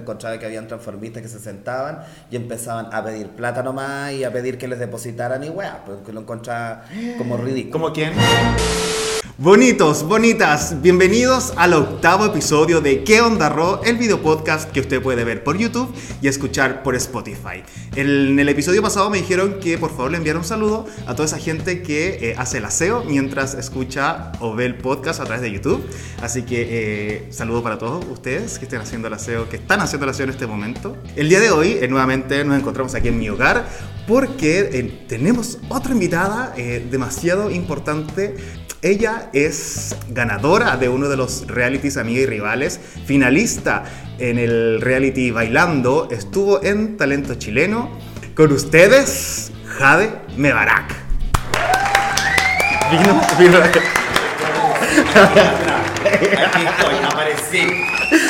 encontraba que habían transformistas que se sentaban y empezaban a pedir plata nomás y a pedir que les depositaran y weá, porque lo encontraba como ridículo. ¿Como quién? Bonitos, bonitas, bienvenidos al octavo episodio de ¿Qué onda Ro? El video podcast que usted puede ver por YouTube y escuchar por Spotify. El- en el episodio pasado me dijeron que por favor le enviara un saludo a toda esa gente que eh, hace el aseo mientras escucha o ve el podcast a través de YouTube. Así que eh, saludo para todos ustedes que estén haciendo el aseo, que están haciendo el aseo en este momento. El día de hoy eh, nuevamente nos encontramos aquí en mi hogar porque eh, tenemos otra invitada eh, demasiado importante. Ella es ganadora de uno de los realities Amiga y Rivales, finalista en el reality Bailando, estuvo en Talento Chileno. Con ustedes, Jade Mebarak. Vino, vino. Aquí estoy, aparecí.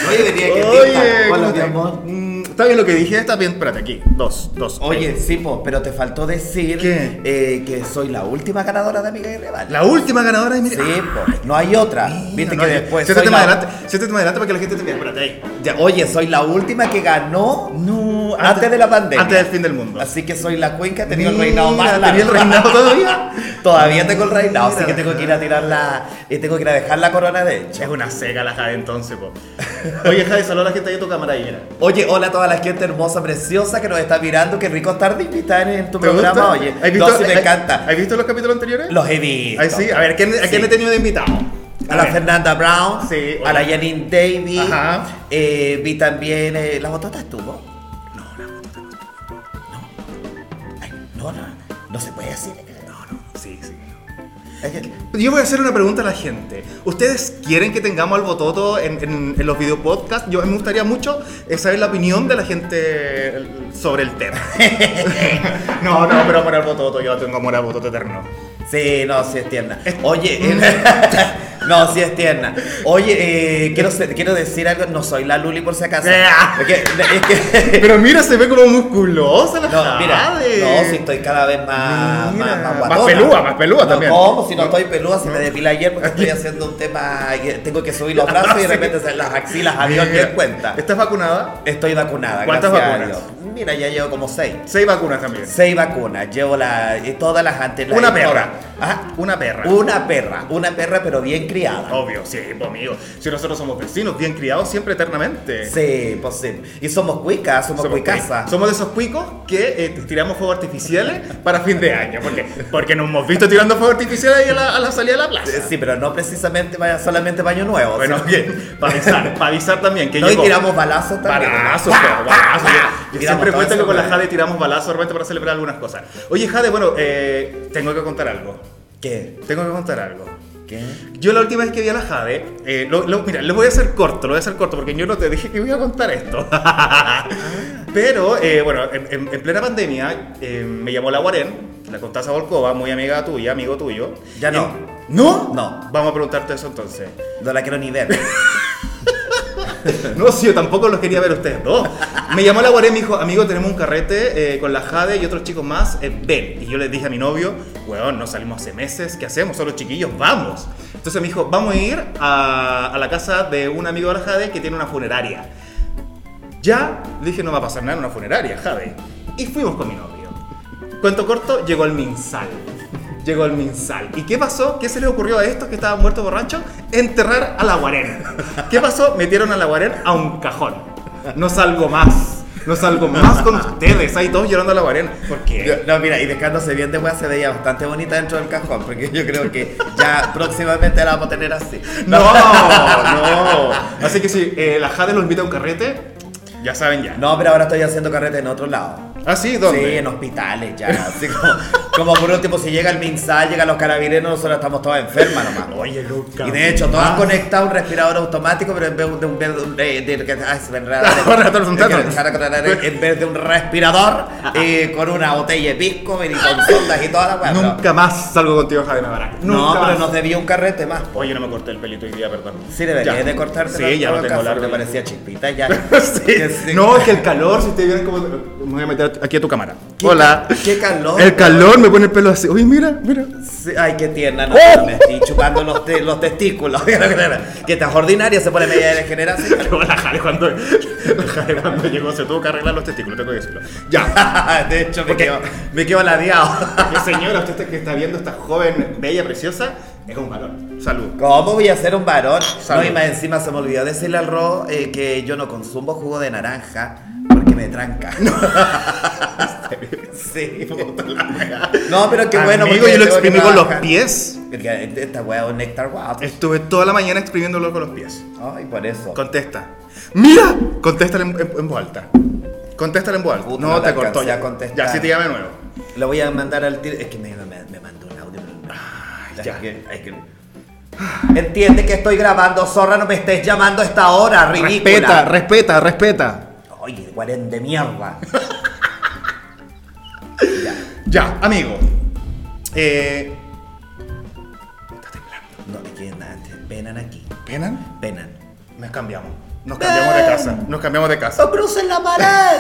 Oye, tenía que Oye, Hola, ¿cómo mi te- amor. Mm, ¿Está bien lo que dije? Está bien, espérate, aquí. Dos, dos. Oye, sí, po, pero te faltó decir ¿Qué? eh, que soy la última ganadora de Amiga y Rival. La última ganadora de mi... Sí, po, no hay otra. Viste que después. soy Siéntate más la- adelante, siéntate más adelante para que la gente te vea. Espérate, ahí. Ya, oye, soy la última que ganó No, antes, de la pandemia. Antes del fin del mundo. Así que soy la cuenca, he tenido el Mira, reinado más largo. ¿tenía el reinado todavía? todavía tengo el reinado, así Mira. que tengo que ir a tirar la. eh, tengo que ir a dejar la corona de hecho. Es una seca la Jade entonces, po. Oye, Jade, saluda a la gente ahí de tu cámara ahí, mira. Oye, hola a toda la gente hermosa, preciosa que nos está mirando. Qué rico estar de invitada en tu ¿Te gusta? programa, oye. ¿Has No, sí, me has- encanta. ¿Has visto los capítulos anteriores? Los he visto. Ahí sí, a ver, ¿quién- ¿a quién Sí. le he tenido de invitado? A la ver. Fernanda Brown, Sí, a la oye. Janine Davis, Ajá. eh, vi también eh, la botota estuvo. No, la botota no. No. Ay, no, no, no se puede decir. No, no. Sí, sí. Es que- Yo voy a hacer una pregunta a la gente. ¿Ustedes quieren que tengamos al bototo en, en- en los videopodcasts? Yo me gustaría mucho eh, saber la opinión de la gente eh, sobre el tema. no, no, pero amor al bototo, yo tengo amor al bototo eterno. Sí, no, sí es tierna. Oye, eh, no, sí es tierna. Oye, eh, quiero, ser- quiero decir algo. No soy la Luli por si acaso. Ah. Es que- es que- Pero mira, se ve como musculosa la No, mira, Jade. no, si estoy cada vez más, Mira, más, más más guatona. pelúa, más pelúa No, también. ¿Cómo? Si no, estoy pelúa, si me depila ayer porque estoy haciendo un tema, que tengo que subir los brazos y de repente se- las axilas, adiós, Mira, ¿qué cuenta? ¿Estás vacunada? Estoy vacunada, ¿Cuántas gracias a vacunas? Dios. Mira, ya llevo como seis. Seis vacunas también. Seis vacunas, llevo la, y todas las antes. las- Una perra. Ajá. Una perra. Una perra, una perra pero bien criada. Obvio, sí, pues amigo. Si nosotros somos vecinos, bien criados siempre eternamente. Sí, pues sí. Y somos cuicas, somos, cuicasas. cuicos. Somos de esos cuicos que eh, tiramos fuegos artificiales para fin de año. Porque, porque nos hemos visto tirando fuegos artificiales ahí a la, a la salida de la plaza. Sí, pero no precisamente vaya solamente baño nuevo. Bueno, sino- bien, para avisar, para avisar también que No, y llegó. tiramos balazos también. Balazos, ¡Pah, pero pah, balazos. pah! Yo, yo Tiramos siempre todo cuento que eso, con la weón. Jade tiramos balazos de repente para celebrar algunas cosas. Oye, Jade, bueno, eh, tengo que contar algo. ¿Qué? Tengo que contar algo. ¿Qué? Yo la última vez que vi a la Jade, eh, lo- lo- mira, lo voy a hacer corto, lo voy a hacer corto porque yo no te dije que iba a contar esto. Pero eh, bueno, en, en- en plena pandemia eh, me llamó la Guarén, la Constanza Volkova, muy amiga tuya, amigo tuyo. Ya no. Y- ¿No? No. Vamos a preguntarte eso entonces. No la quiero ni ver. No, sí, yo tampoco los quería ver a ustedes dos. Me llamó la Guarén y me dijo, amigo, tenemos un carrete eh, con la Jade y otros chicos más, eh, ven. Y yo les dije a mi novio, weón, nos salimos hace meses, ¿qué hacemos? Son los chiquillos, vamos. Entonces me dijo, vamos a ir a, a la casa de un amigo de la Jade que tiene una funeraria. Ya, le dije, no va a pasar nada en una funeraria, Jade. Y fuimos con mi novio. Cuento corto, llegó el Minsal. Llegó el Minsal. ¿Y qué pasó? ¿Qué se le ocurrió a estos que estaban muertos borrachos? Enterrar a la guarén. ¿Qué pasó? Metieron a la guarén a un cajón. No salgo más. No salgo más con ustedes. Hay todos llorando a la guarén. ¿Por qué? No, mira, y dejándose bien de hueá se veía bastante bonita dentro del cajón, porque yo creo que ya próximamente la vamos a tener así. No, no. Así que si eh, la Jade lo invita a un carrete, ya saben ya. No, pero ahora estoy haciendo carrete en otro lado. ¿Ah, sí? Sí, ¿Dónde? en hospitales ya. Así como, como por último, si llega el MinSal, llegan los carabineros, nosotros estamos todas enfermas nomás. Oye, Luca. Y de hecho, todas Ah. conectadas a un respirador automático, pero en vez de un, de un- de- de- que- ay, se me enreda. Ahora todos son tatos. en vez de un respirador, eh, con una botella de pisco y con sondas y toda la weá. pero- Nunca más salgo contigo, Javier Navarra. No, Nunca pero más. nos debía un carrete más. Oye, no me corté el pelito hoy día, perdón. Sí, debería Ya. de cortarse. Sí, ya no tengo largo. largo. Me parecía chispita ya. Sí. Que sí. No, es que el calor, si ustedes vieran cómo... eh, Me voy a meter aquí a tu cámara. Qué Hola. ca- qué calor, El weón. calor me pone el pelo así. Uy, mira, mira. Sí, Ay, qué tierna, no, ¡Oh! me estoy chupando los, te- los testículos. que tan ordinaria se pone media de generación. Luego la jale cuando, la jale cuando llegó, se tuvo que arreglar los testículos, tengo que decirlo. Ya. de hecho, me quedo, me quedo ladeado. Mi señora, usted está- que está viendo esta joven, bella, preciosa, es un valor. Salud. ¿Cómo voy a ser un varón? No, Salud. y más encima se me olvidó decirle al Ro eh, que yo no consumo jugo de naranja porque me tranca. sí. No, pero qué bueno. Amigo, porque yo tengo que lo exprimí con los trabajar. pies. Porque esta weá es un néctar wow. Estuve toda la mañana exprimiéndolo con los pies. Ay, por eso. Contesta. ¡Mira! Contéstale en, en- en voz alta. Contéstale en voz alta. Puta, no, no te la cortó alcancé a ya. contestar. Ya, sí te llama de nuevo. Lo voy a mandar al tiro. Es que me, me- me mandó un audio. pero- Es Ah, ya. que- es que- Entiende que estoy grabando, zorra, no me estés llamando a esta hora, Respeta, ridícula. respeta, respeta. Oye, guarén de mierda. Ya, amigo. Eh, No te quedes nada, te penan aquí. ¿Penan? Penan. Nos cambiamos. Nos cambiamos de casa. Nos cambiamos de casa. ¡No crucen la pared!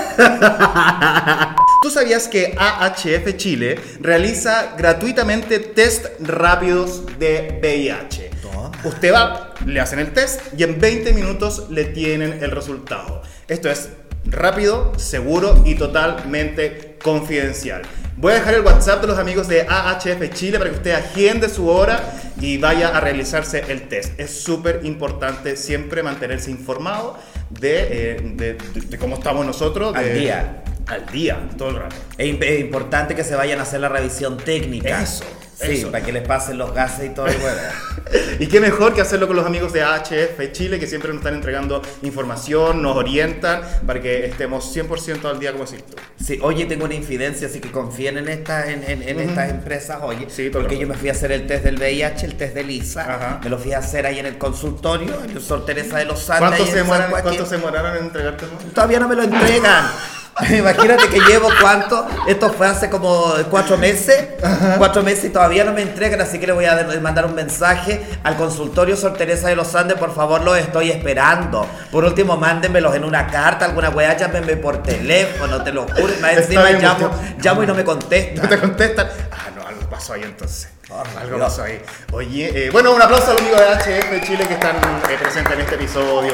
¿Tú sabías que AHF Chile realiza gratuitamente test rápidos de VIH? Toma. Usted va, le hacen el test y en 20 minutos le tienen el resultado. Esto es rápido, seguro y totalmente confidencial. Voy a dejar el WhatsApp de los amigos de AHF Chile para que usted agende su hora y vaya a realizarse el test. Es súper importante siempre mantenerse informado de, eh, de- de- de cómo estamos nosotros. de- Al día. al día, todo el rato. es, im- es importante que se vayan a hacer la revisión técnica. Eso, Sí, eso. para que les pasen los gases y todo el huevo. Y qué mejor que hacerlo con los amigos de AHF Chile, que siempre nos están entregando información, nos orientan para que estemos 100% al día como decís tú. Sí, oye, tengo una infidencia, así que confíen en, esta, en, en- en Ujú. estas empresas, oye. Sí, todo porque el yo me fui a hacer el test del VIH, el test de Lisa. Ajá. Me lo fui a hacer ahí en el consultorio, en el Sor Teresa de los Santos. ¿Cuántos ahí en se, demoraron, San Joaquín. cuántos se demoraron en entregarte? Todavía no me lo entregan. Imagínate que llevo cuánto. Esto fue hace como cuatro meses. Cuatro meses y todavía no me entregan, así que le voy a de- mandar un mensaje al consultorio Sor Teresa de los Andes. Por favor, los estoy esperando. Por último, mándenmelos en una carta, alguna weá, llámenme por teléfono, te lo juro. Y Más Está encima bien, llamo, usted- llamo y no me contestan. No te contestan. Ah, no, algo pasó ahí entonces. Oh, algo Dios. pasó ahí. Oye, eh, bueno, un aplauso a los amigos de AHF Chile que están eh, presentes en este episodio.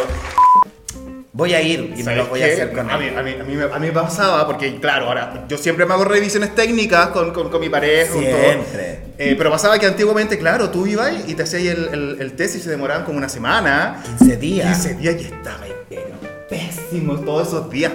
Voy a ir y me ¿Sabes los voy a qué? hacer con a él. mí, a, mí, a, mí me, a mí me pasaba, porque claro, ahora yo siempre me hago revisiones técnicas con, con, con mi pareja. con todo. Siempre. Eh, pero pasaba que antiguamente, claro, tú ibas y te hacías el, el, el test y se demoraban como una semana. 15 días. 15 días y estaba ahí, pero pésimo todos esos días.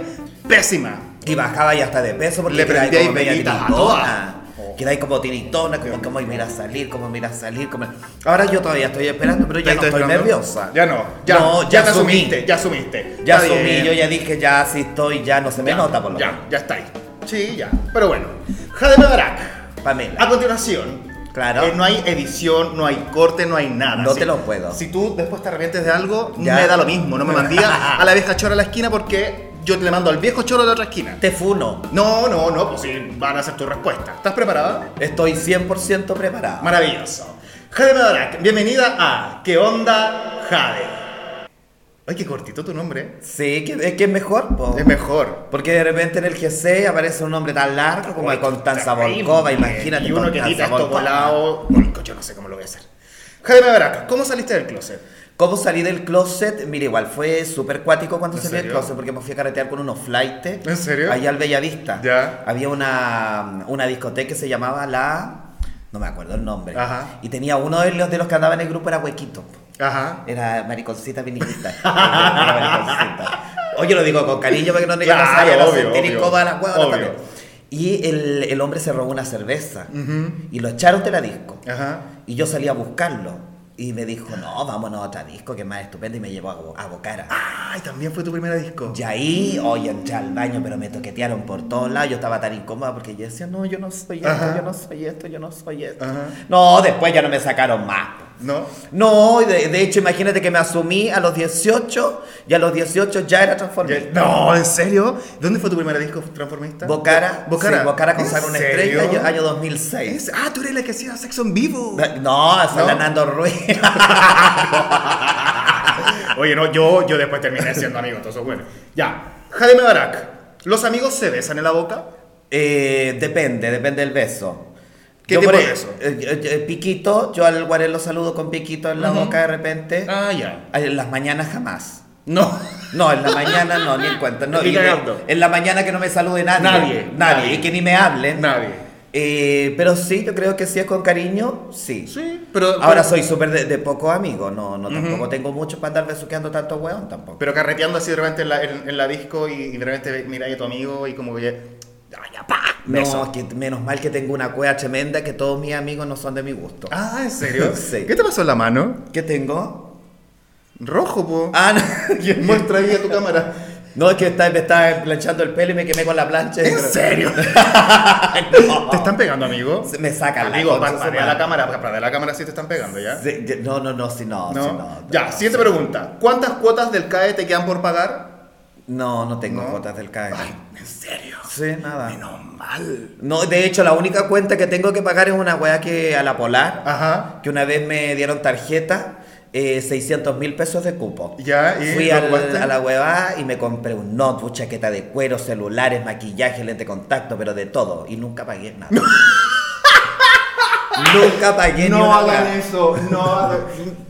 Pésima. Y bajaba y hasta de peso porque Le queda ahí prendía como y media velitas a tiritona. todas. Queda ahí como tiritona, como cómo me irá a salir, cómo me irá a salir. cómo- Ahora yo todavía estoy esperando, pero ya no Estoy estoy esperando. nerviosa. Ya no, ya, No, ya, ya te asumí. asumiste, ya asumiste. Ya Está asumí, bien. yo ya dije, ya sí estoy, ya no se me Ya, nota por lo menos. Ya, ya está ahí. Sí, ya. Pero bueno, Jade Barak. A Pamela. continuación, Claro. eh, no hay edición, no hay corte, no hay nada. No Si- te lo puedo. Si tú después te arrepientes de algo, Ya. me da lo mismo. No me mandía a la vieja chora a la esquina porque yo te le mando al viejo choro a la otra esquina. Te funo. No, no, no, pues sí, van a hacer tu respuesta. ¿Estás preparada? Estoy 100% preparada. Maravilloso. Jade Medorak, bienvenida a ¿Qué onda, Jade? Ay, qué cortito tu nombre. sí, que, es que es mejor, po. Es mejor. Porque de repente en el GC aparece un nombre tan largo como el Constanza Volkova, imagínate. Y uno que Constanza quita esto Volkova. volado. Volco, Yo no sé cómo lo voy a hacer. Jade Medorak, ¿cómo saliste del closet? ¿Cómo salí del closet? Mira, igual fue súper cuático cuando ¿En salí del serio? closet porque me fui a carretear con unos flightes. ¿En serio? Allá al Bellavista. Ya. Había una, una discoteca que se llamaba La. No me acuerdo el nombre. Ajá. Y tenía uno de los, de los que andaba en el grupo, era Huequito. Ajá. Era mariconcita vinilista. Era mariconcita. Oye, lo digo con cariño para que no, no Claro, se vayan a obvio, sentir obvio. incómodas las huevas Obvio. también. Y el, el hombre se robó una cerveza y lo echaron de la disco. Ajá. Y yo salí a buscarlo. Y me dijo, no, vámonos a otra disco que es más estupenda. Y me llevó a, Bo- a Bocara. Ay, también fue tu primera disco. Y ahí, oye, entré al baño, pero me toquetearon por todos lados. Yo estaba tan incómoda porque yo decía, no, yo no soy esto, Ajá. yo no soy esto, yo no soy esto. Ajá. No, después ya no me sacaron más. ¿No? No, y de, de hecho, imagínate que me asumí a los 18 y a los 18 ya era transformista. No, ¿en serio? ¿Dónde fue tu primer disco transformista? Bocara, Bocara. sí, Bocara con ¿En Sara una serio? estrella, año, año ¿En 2006. se- Ah, tú eres la que hacía sexo en vivo. No, esa ¿No? era Nando Ruiz. Oye, no, yo, yo después terminé siendo amigo, entonces bueno. Ya. Jademe Barak, ¿los amigos se besan en la boca? Eh, depende, depende del beso. ¿Qué Yo tipo por de e- beso? eh, eh, eh, piquito, yo al guarelo lo saludo con piquito en la Ujú. boca de repente. Ah, ya. Ay, En las mañanas jamás. No. No, en la mañana no, ni en cuenta. No, Ni y de- cagando. en la mañana que no me salude nadie. Nadie, Nadie. nadie. Y que ni me hablen. Nadie. Eh, pero sí, yo creo que si es con cariño, sí. Sí, pero. Ahora pero- soy súper de, de poco amigo. No, no tampoco tengo mucho para andar besuqueando tanto hueón tampoco. Pero carreteando así de repente en la, en, en la disco y, y de repente miráis a tu amigo y como que ya. ¡Ay, ya, pa! no, Beso. es que menos mal que tengo una cueva tremenda que todos mis amigos no son de mi gusto. Ah, ¿en serio? Sí. ¿Qué te pasó en la mano? ¿Qué tengo? Rojo, po. Ah, no, Muestra ahí a tu cámara. no, es que está- me estaba planchando el pelo y me quemé con la plancha. ¿En serio? No. ¿Te están pegando, amigo? Se- Me sacan la Amigo, concha para su madre. la cámara, para la cámara sí te están pegando, ¿ya? Sí, ya- No, no, no, si no, ¿No? si no. ya, no, siguiente pregunta. ¿Cuántas cuotas del CAE te quedan por pagar? No, no tengo ¿No? cuotas del CAE. ¿En serio? Sí, nada. Menos mal. No, de hecho, la única cuenta que tengo que pagar es una weá que a la polar, Ajá. que una vez me dieron tarjeta, eh, 600 mil pesos de cupo. Ya, ¿y Fui lo al- ocupaste? a la huevada y me compré un notebook, chaqueta de cuero, celulares, maquillaje, lente de contacto, pero de todo. Y nunca pagué nada. nunca pagué ni No una hagan hueá. eso, no hagan...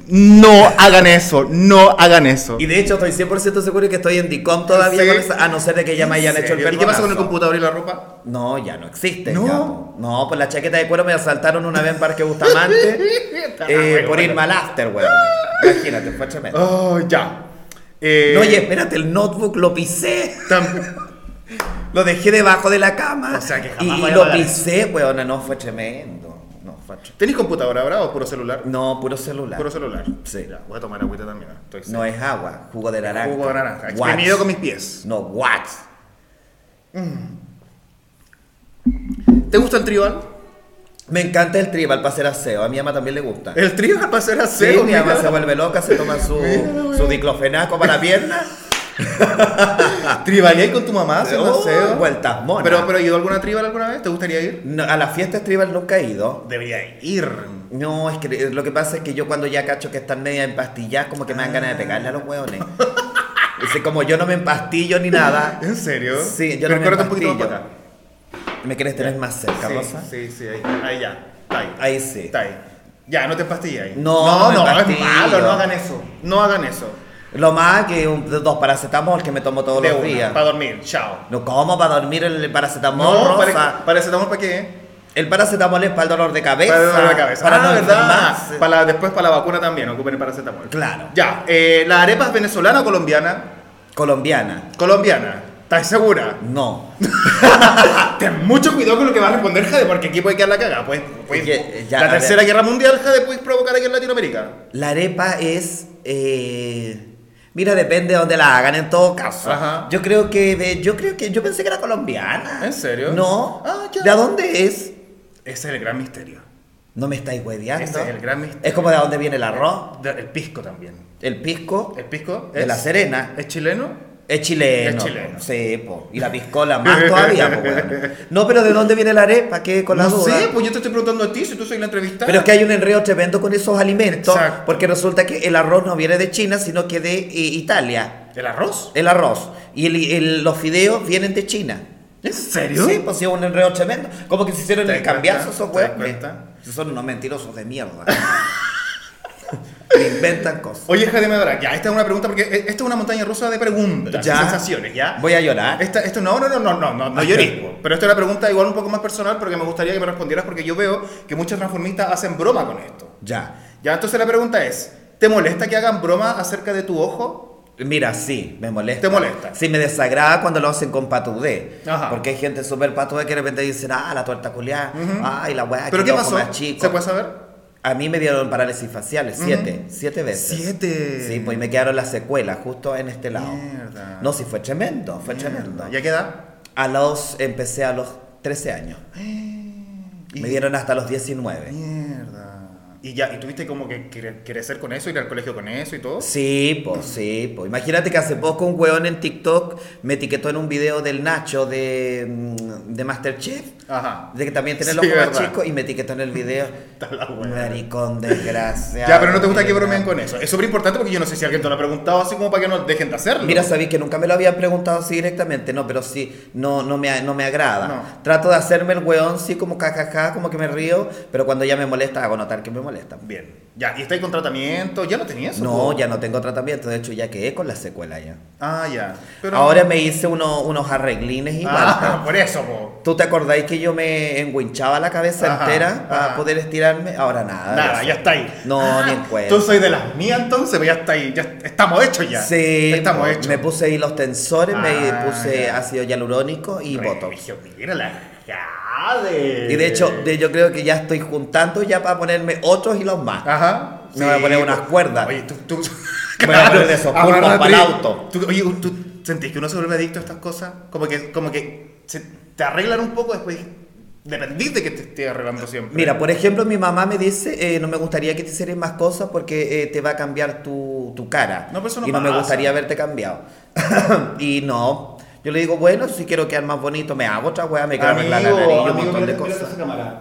No hagan eso, no hagan eso. Y de hecho, estoy 100% seguro que estoy en DICOM todavía, Sí. con esa- a no ser de que ya me hayan ¿En hecho el serio? ¿Y qué pasa con el perdonazo. computador y la ropa? No, ya no existe. ¿No? ya, po. no, pues la chaqueta de cuero me asaltaron una vez en Parque Bustamante Está eh, Ah, bueno, por bueno. irme al after, weón. Imagínate, fue tremendo. Oh, ya. Eh, No, oye, espérate, el notebook lo pisé. tam- Lo dejé debajo de la cama. O sea, que jamás y, y voy a lo pagar. pisé, weón. No, fue tremendo. No, fue tre- ¿Tenés computadora ahora o puro celular? No, puro celular. Puro celular. Sí. Ya, voy a tomar agüita también. ah, Estoy No es agua, jugo de naranja. Jugo de naranja. Watts. Exprimido con mis pies. No, what? ¿Te gusta el tribal? Me encanta el tribal para hacer aseo. A mi ama también le gusta. El tribal para hacer Sí, aseo. mi mira. mamá se vuelve loca, se toma su, su diclofenaco para piernas. ¿Tribalé con tu mamá haciendo Oh, aseo? vueltas monas. ¿Pero, pero ayudó alguna tribal alguna vez? ¿Te gustaría ir? No, a las fiestas tribal nunca he ido. Debería ir. No, es que eh, lo que pasa es que yo cuando ya cacho que están media empastilladas, como que me dan ganas Ah. de pegarle a los hueones. Dice, como yo no me empastillo ni nada, ¿En serio? Sí, yo Pero no me córrete un poquito más empastillo. para acá. me quieres tener más cerca, Rosa. Sí, sí, sí, ahí, ahí ya. Está ahí. Ahí sí. Está ahí. Ya, no te pastillas ahí. No, no no, me es pastillo. malo, no hagan eso. No hagan eso. Lo más que un, dos paracetamol que me tomo todos De los una, días. Para dormir, chao. No, ¿cómo? ¿Para dormir el paracetamol, Rosa? para, para ese estamos para qué? eh? El paracetamol es para el dolor de cabeza. Para dolor de cabeza. para ah, no verdad. enfermarse. Para la- después para la vacuna también, ocupen el paracetamol. Claro. Ya, eh, ¿la arepa es venezolana o colombiana? Colombiana. Colombiana. ¿Estás segura? No. Ten mucho cuidado con lo que vas a responder, Jade, porque aquí puede quedar la cagada. Pues, pues- Oye, ya, a la ver. tercera guerra mundial, Jade, puedes provocar aquí en Latinoamérica. La arepa es. eh, Mira, depende de dónde la hagan en todo caso. Ajá. Yo creo que de- yo creo que yo pensé que era colombiana. ¿En serio? No. Ah, ya. ¿De dónde es? Ese es el gran misterio. No me estáis hueveando. Ese es el gran misterio. Es como de dónde viene el arroz, De- el pisco también. el pisco, ¿El pisco? de la Serena. ¿Es chileno? Es chileno. Es chileno. Sí, po. Y la piscola más todavía, po, weón. No, pero ¿de dónde viene la arepa? ¿Qué con la no duda? sé, pues yo te estoy preguntando a ti si tú soy la entrevistada. Pero es que hay un enredo tremendo con esos alimentos, Exacto. porque resulta que el arroz no viene de China, sino que de eh, Italia. ¿El arroz? El arroz. Y el- el- los fideos vienen de China. ¿En serio? Sí, pues sí, es un enredo tremendo. Como que se hicieron ¿Te el das cambiazo cuenta? esos ¿Te das hueones. cuenta? Son unos mentirosos de mierda. Le inventan cosas. Oye, Jaime Medrano, ya, esta es una pregunta porque e- esta es una montaña rusa de preguntas, Ya. sensaciones, ¿ya? Voy a llorar. Esta, esto no, no, no, no, no, no, no lloré. Pero esta es una pregunta igual un poco más personal porque me gustaría que me respondieras porque yo veo que muchos transformistas hacen broma con esto. Ya. Ya, entonces la pregunta es, ¿te molesta que hagan broma acerca de tu ojo? Mira, sí, me molesta. Te molesta. Sí, me desagrada cuando lo hacen con patudé. Ajá. Porque hay gente súper patudé que de repente dicen, ah, la torta culiada, ay, la weá, ¿Pero Ah, que qué loco pasó? más chico. ¿Se puede saber? A mí me dieron parálisis faciales, siete, siete veces. Siete. Sí, pues y me quedaron las secuelas justo en este lado. Mierda. No, sí, fue tremendo, fue tremendo. ¿Ya queda? A los, empecé a los 13 años. Me dieron hasta los 19. Mierda. Y ya, y tuviste como que cre- crecer con eso, ir al colegio con eso y todo. Sí, pues, sí, pues. Imagínate que hace poco un weón en TikTok me etiquetó en un video del Nacho de, mm, de Masterchef. Ajá. De que también tiene Sí, los ojos más verdad. chicos y me etiquetó en el video. Está la wea. Maricón desgraciado. Ya, pero no te gusta que mira. bromeen con eso. Es súper importante porque yo no sé si alguien te lo ha preguntado así como para que no dejen de hacerlo. Mira, sabéis que nunca me lo habían preguntado así directamente, no, pero sí, no, no, me, no me agrada. No. Trato de hacerme el weón, sí, como cajaja, como que me río, pero cuando ya me molesta, hago notar que me molesta. Bien. Ya, y estáis con tratamiento. ¿Ya no tenías eso? No, ya no tengo tratamiento, de hecho ya quedé con la secuela ya. Ah, ya. Pero... Ahora me hice uno- unos arreglines igual. Ah, po. por eso, po. ¿Tú te acordáis que yo me enguinchaba la cabeza Ajá, entera para ajá. poder estirarme? Ahora nada. de Nada, eso. ya está ahí. No, ni en cuenta. Tú soy de las mías entonces, pero ya está ahí. Ya estamos hechos ya. Sí, Estamos po, hechos. me puse ahí los tensores, Ah, me puse ya. ácido hialurónico y botox. Regio, Mira la jade. Y de hecho, de- yo creo que ya estoy juntando ya para ponerme otros hilos más. Ajá. Me voy a poner unas cuerdas. Oye, tú. tú Me voy a poner de esos pulpos amarra para el pri- auto. tú- oye, ¿tú sentís que uno se vuelve adicto a estas cosas? Como que, como que se te arreglan un poco después. Dependís de que te esté arreglando siempre. Mira, por ejemplo, mi mamá me dice, eh, no me gustaría que te hicieran más cosas porque eh, te va a cambiar tu, tu cara. No, pero eso no y no me pasa. gustaría verte cambiado. y no. Yo le digo, bueno, si quiero quedar más bonito, me hago otra weá, me quiero arreglar la nariz, un montón de cosas.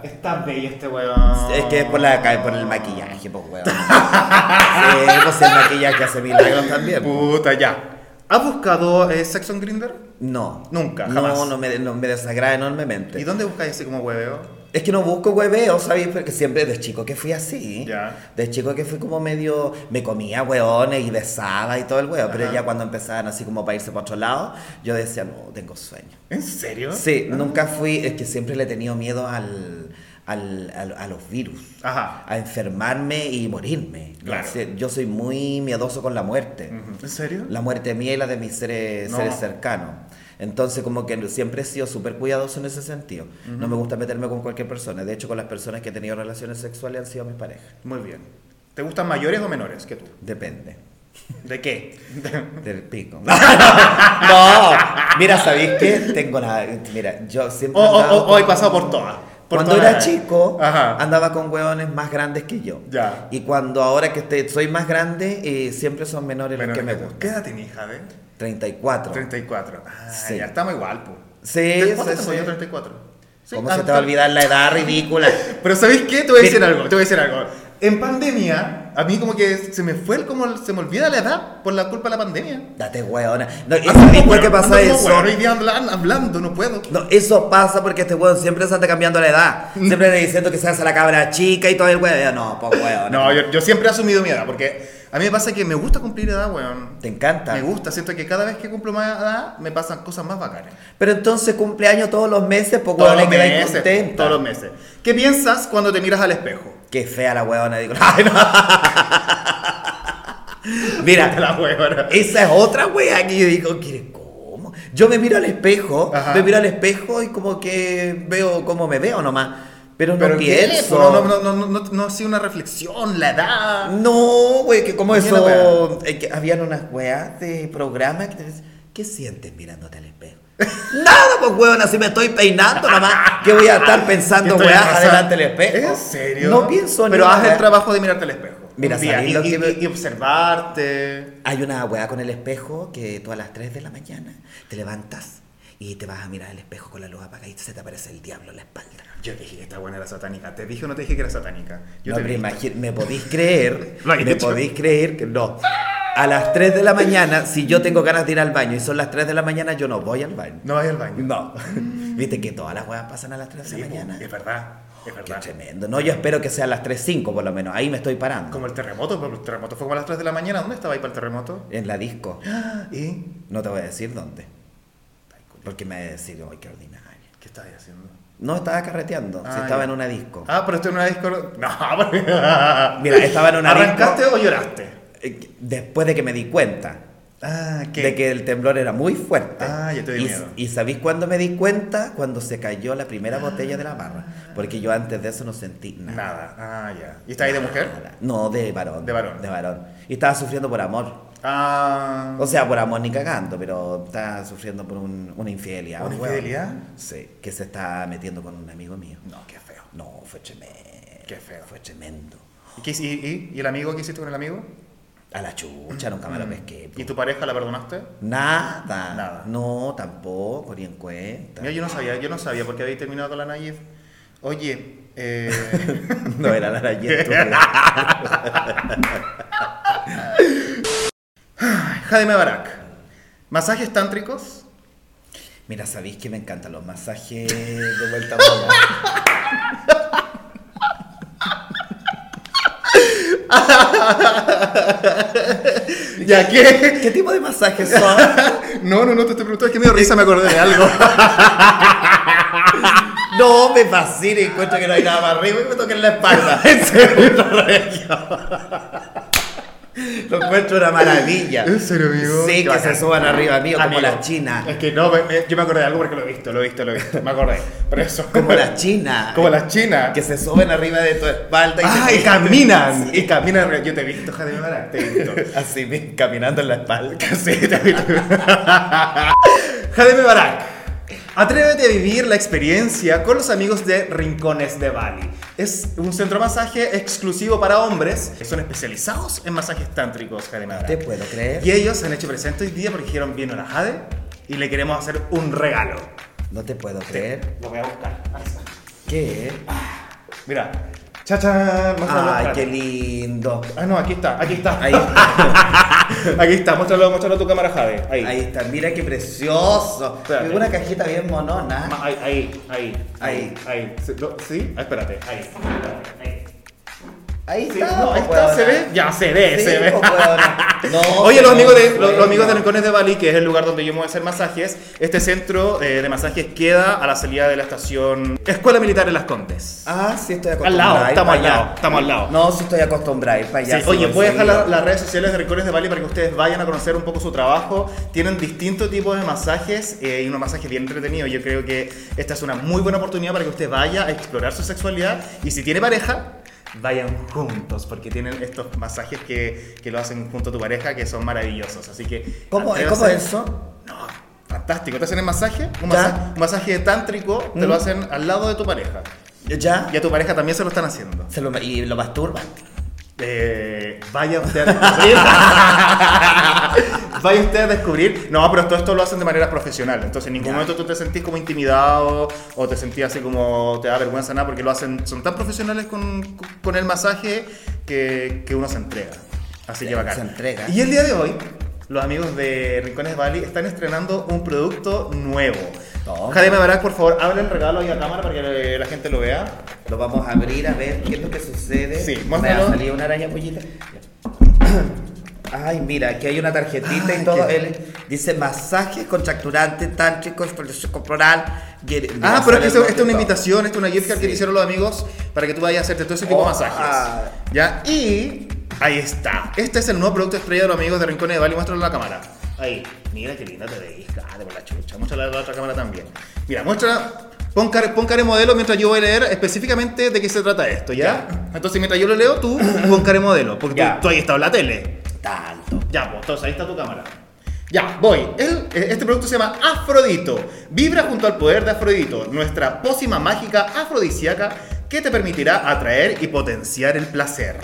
Está bello este weón. Es que es por, la, ca- por el maquillaje, pues, weón. sí, pues el maquillaje hace milagros también. pues. Puta, ya. ¿Has buscado eh, sexo en Grinder? No. Nunca, No, jamás. no me, no me desagrada enormemente. ¿Y dónde buscáis así como hueveo? Es que no busco hueveo, ¿sabes? Porque siempre de chico que fui así. Ya. De chico que fui como medio. Me comía hueones y besaba y todo el huevo. Pero Ajá. ya cuando empezaban así como para irse para otro lado, yo decía, no, tengo sueño. ¿En serio? Sí, nunca fui. Es que siempre le he tenido miedo al, al- al- a los virus. Ajá. A enfermarme y morirme. Ah. Claro. Sí, Yo soy muy miedoso con la muerte ¿En serio? la muerte mía y la de mis seres, No. seres cercanos. Entonces, como que siempre he sido súper cuidadoso en ese sentido. No me gusta meterme con cualquier persona. De hecho, con las personas que he tenido relaciones sexuales han sido mis parejas. Muy bien. ¿Te gustan mayores o menores que tú? Depende. ¿De qué? Del pico. no. Mira, ¿sabéis qué? Tengo nada. Mira, yo siempre. O, o, andaba o- o con- he pasado por todas. oh, Por cuando todas era las- chico, Ajá. andaba con hueones más grandes que yo. Ya. Y cuando ahora que este- soy más grande, eh, siempre son menores Menores los que me tú. gustan. ¿Qué edad tenías, Jade? 34. 34. Ah, Sí. ya estamos igual, po. Sí, ¿Te- sí, ¿Cuánto te sí. soy yo, 34? Sí, ¿Cómo ah, se te va a olvidar la edad ridícula? Pero ¿sabéis qué? Te voy a decir Pero- algo, te voy a decir algo. En pandemia, a mí como que se me fue el, como el- se me olvida la edad por la culpa de la pandemia. Date hueona. No, y Ando como ¿sabes por hueón, qué pasa ando como eso? hueón, Hoy día hablan- hablando, no puedo. No, eso pasa porque este hueón siempre se anda cambiando la edad. Siempre le diciendo que se hace la cabra chica y todo el hueón. No, pues hueón. No, yo, yo siempre he asumido mi edad, porque a mí me pasa que me gusta cumplir edad, weón. Te encanta. Me gusta, siento que cada vez que cumplo más edad me pasan cosas más bacanas. Pero entonces cumpleaños todos los meses, pues Todos hueón, hay los que dar meses, contenta. todos los meses. ¿Qué piensas cuando te miras al espejo? Qué fea la hueona. Digo, ay, no. Mira, La huevona. Esa es otra wea que yo digo, ¿quiere cómo? Yo me miro al espejo, Ajá. me miro al espejo y como que veo cómo me veo nomás. Pero no Pero ¿qué? pienso. No, no, no, no, no, no ha sido una reflexión, la edad. No, güey, que como ¿Qué era, eso. eh, que habían unas weas de programa que te decían, ¿qué sientes mirándote al espejo? Nada, pues weón, así me estoy peinando nomás. Que voy a estar pensando, Estoy weas, arrasando. adelante del espejo. ¿En serio? No pienso en Pero nada. haz el trabajo de mirarte al espejo. Mira, Un día, ¿sabéis y, lo que y- me- y observarte. Hay una weá con el espejo que tú a las 3 de la mañana te levantas y te vas a mirar al espejo con la luz apagada y se te aparece el diablo en la espalda. Yo dije que esta buena era satánica. ¿Te dije o no te dije que era satánica? Yo no, te pero dije. imagi- me podéis creer, Lo hay me hecho. podéis creer que no. A las 3 de la mañana, si yo tengo ganas de ir al baño y son las 3 de la mañana, yo no voy al baño. No vayas al baño. No. Viste que todas las weas pasan a las 3 de Sí, pues, la mañana. es verdad. Qué Es verdad. tremendo. No, yo espero que sea a las 3.05 por lo menos. Ahí me estoy parando. Como el terremoto, pero el terremoto fue como a las 3 de la mañana. ¿Dónde estaba ahí para el terremoto? En la disco. ¿Y? No te voy a decir dónde. Porque me voy a decir, ¡ay, qué ordinario! ¿Qué estabas haciendo? No, estaba carreteando. Ah, sí, estaba ya. en una disco. Ah, pero estoy en una disco. No, pero- Mira, estaba en una ¿Arrancaste disco. o lloraste? Eh, Después de que me di cuenta Ah, de que el temblor era muy fuerte. Ah, ya te dio y, miedo. ¿Y sabéis cuándo me di cuenta? Cuando se cayó la primera botella de la barra. Porque yo antes de eso no sentí nada. Nada. Ah, ya. ¿Y estás ahí de mujer? Nada. No, de varón. De varón. De varón. Y estaba sufriendo por amor. Ah. O sea, por amor ni cagando, pero estaba sufriendo por un- una infidelidad. ¿Una un hueón. infidelidad? Sí, que se está metiendo con un amigo mío. No, qué feo. No, fue tremendo. Qué feo. Fue tremendo. ¿Y, qué hici- y, y- y el amigo qué hiciste con el amigo? Mm. A la chucha, nunca Ah, me lo pesqué. pues. po. ¿Y tu pareja la perdonaste? Nada. Nada. No, tampoco, ni en cuenta. Mira, yo no sabía, yo no sabía porque habéis terminado con la Nayef. Oye, eh, No era la Nayef. tú. Jaime Barak, ¿masajes tántricos? Mira, sabéis que me encantan los masajes de vuelta a bola. ¿Ya qué? ¿Qué tipo de masajes son? No, no, no, te estoy preguntando, es que me dio risa, me acordé de algo. No, me fascina y encuentro que no hay nada más arriba y me toquen la espalda. En serio, no lo he hecho. Lo encuentro una maravilla. ¿En serio, amigo? Sí, Qué que se bacán. suban arriba mío, como Amigo, las chinas. Es que no, me- me- yo me acordé de algo porque lo he visto, lo he visto, lo he visto, me acordé. Pero eso. Como las chinas. Como las chinas. Que se suben arriba de tu espalda y, Ah, te- y caminan. Y caminan. Yo te he visto, Jaime Barak, te he visto. Así, bien, caminando en la espalda. Sí, te he visto. Jaime Barak. Atrévete a vivir la experiencia con los amigos de Rincones de Bali. Es un centro de masaje exclusivo para hombres. Son especializados en masajes tántricos, Jaime Barak. Te puedo creer. Y ellos se han hecho presentes hoy día porque dijeron, viene la Jade y le queremos hacer un regalo. No te puedo creer. Lo voy a buscar. Ahí está. ¿Qué? Ah, Mira. Cha-chan. muéstralo, Ay, espérate. qué lindo. Ah, no, aquí está, aquí está. Ahí está, Aquí está, muéstralo, muéstralo a tu cámara, Jade. Ahí. ahí está. Mira qué precioso. Espérate. Una cajita bien monona. Ma- Ahí, ahí, ahí. Ahí. Ahí. Sí, no, ¿Sí? Ah, espérate. Ahí. espérate, ahí. Ahí Sí, está. no, ahí weona. está, se ve. Ya, se ve, Sí, se ve. po, weona. No, Oye, los no, amigos, de, los, weona. los amigos de Rincones de Bali, que es el lugar donde yo me voy a hacer masajes, este centro eh, de masajes queda a la salida de la estación Escuela Militar de las Condes. Ah, sí, estoy Al acostumbrada. lado, a ir estamos al para allá. lado, estamos al lado. No, sí, estoy acostumbrada. a ir para allá. Sí, sí, oye, voy voy a dejar la- seguido. las redes sociales de Rincones de Bali para que ustedes vayan a conocer un poco su trabajo. Tienen distintos tipos de masajes eh, y unos masajes bien entretenidos. Yo creo que esta es una muy buena oportunidad para que usted vaya a explorar su sexualidad y si tiene pareja, vayan juntos porque tienen estos masajes que, que lo hacen junto a tu pareja que son maravillosos. Así que... ¿Cómo, atrévase- ¿Cómo es eso? No, fantástico. Te hacen el masaje, un, Ya. masaje, un masaje tántrico, te Mm. lo hacen al lado de tu pareja. ¿Ya? Y a tu pareja también se lo están haciendo. Se lo- ¿Y lo masturban? Eh, vaya usted a descubrir. vaya usted a descubrir. No, pero todo esto lo hacen de manera profesional. Entonces, en ningún Ya. momento tú te sentís como intimidado o te sentís así como te da vergüenza nada porque lo hacen. Son tan profesionales con, con el masaje que, que uno se entrega. Así que Se bacán. entrega. Y el día de hoy, los amigos de Rincones Valley están estrenando un producto nuevo. Toma. Jaime Barak, por favor, abre el regalo ahí a cámara para que la gente lo vea. Lo vamos a abrir a ver qué es lo que sucede. Sí, Me muéstralo. ha salido una araña pollita. Ay, mira, aquí hay una tarjetita y Ay, todo. qué- Él dice masajes contracturantes, tántricos, protección corporal. y- Ah, mira, pero es sale el que esto, nombre esto es una y todo. invitación, esto es una gift card que Sí. le hicieron los amigos para que tú vayas a hacerte todo ese tipo de Oh, masajes. ah. ¿Ya? Y ahí está. Este es el nuevo producto estrella de los amigos de Rincones de Bali. Muéstralo a la cámara. Ahí. Mira qué linda te veis. Dale por la chucha. Muéstrala a la otra cámara también. Mira, muestra. Pon cara, pon cara de modelo mientras yo voy a leer específicamente de qué se trata esto, ¿ya? Entonces, mientras yo lo leo, tú pon cara de modelo. Porque Ya. tú, tú ahí estado en la tele. Tanto. Ya, pues, entonces ahí está tu cámara. Ya, voy. El- eh, este producto se llama Afrodito. Vibra junto al poder de Afrodito, nuestra pócima mágica afrodisíaca que te permitirá atraer y potenciar el placer.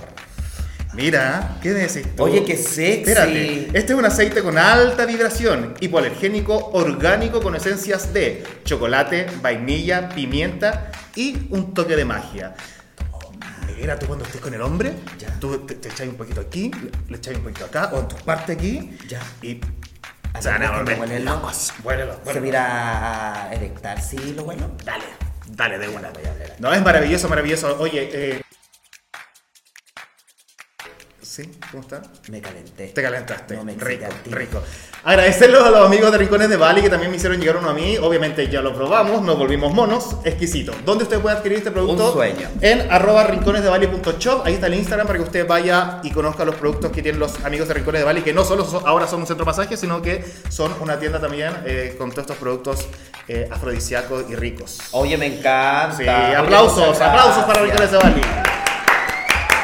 Mira, ¿qué decís tú? Oye, qué sexy. Espérate, este es un aceite con alta vibración, hipoalergénico, orgánico con esencias de chocolate, vainilla, pimienta y un toque de magia. Mira, tú cuando estés con el hombre, Ya. tú te, te echas un poquito aquí, le, le echas un poquito acá, o en tu parte aquí, Ya. y A se van ver, a ¿cómo volver huele el locos. Vuélelo, Se vuélelo. mira a erectar, sí, lo bueno. Dale, dale de una. No, es maravilloso, maravilloso. Oye, eh... ¿Sí? ¿Cómo está? Me calenté. Te calentaste. No me rico, excité al tiro. rico. Agradecerlos a los amigos de Rincones de Bali que también me hicieron llegar uno a mí. Obviamente ya lo probamos, nos volvimos monos. Exquisito. ¿Dónde usted puede adquirir este producto? Un sueño. En arroba rinconesdebali.shop. Ahí está el Instagram para que usted vaya y conozca los productos que tienen los amigos de Rincones de Bali, que no solo so- ahora son un centro de pasaje, sino que son una tienda también eh, con todos estos productos eh, afrodisíacos y ricos. Oye, me encanta. Sí, Oye, aplausos, muchas aplausos para gracias. Rincones de Bali.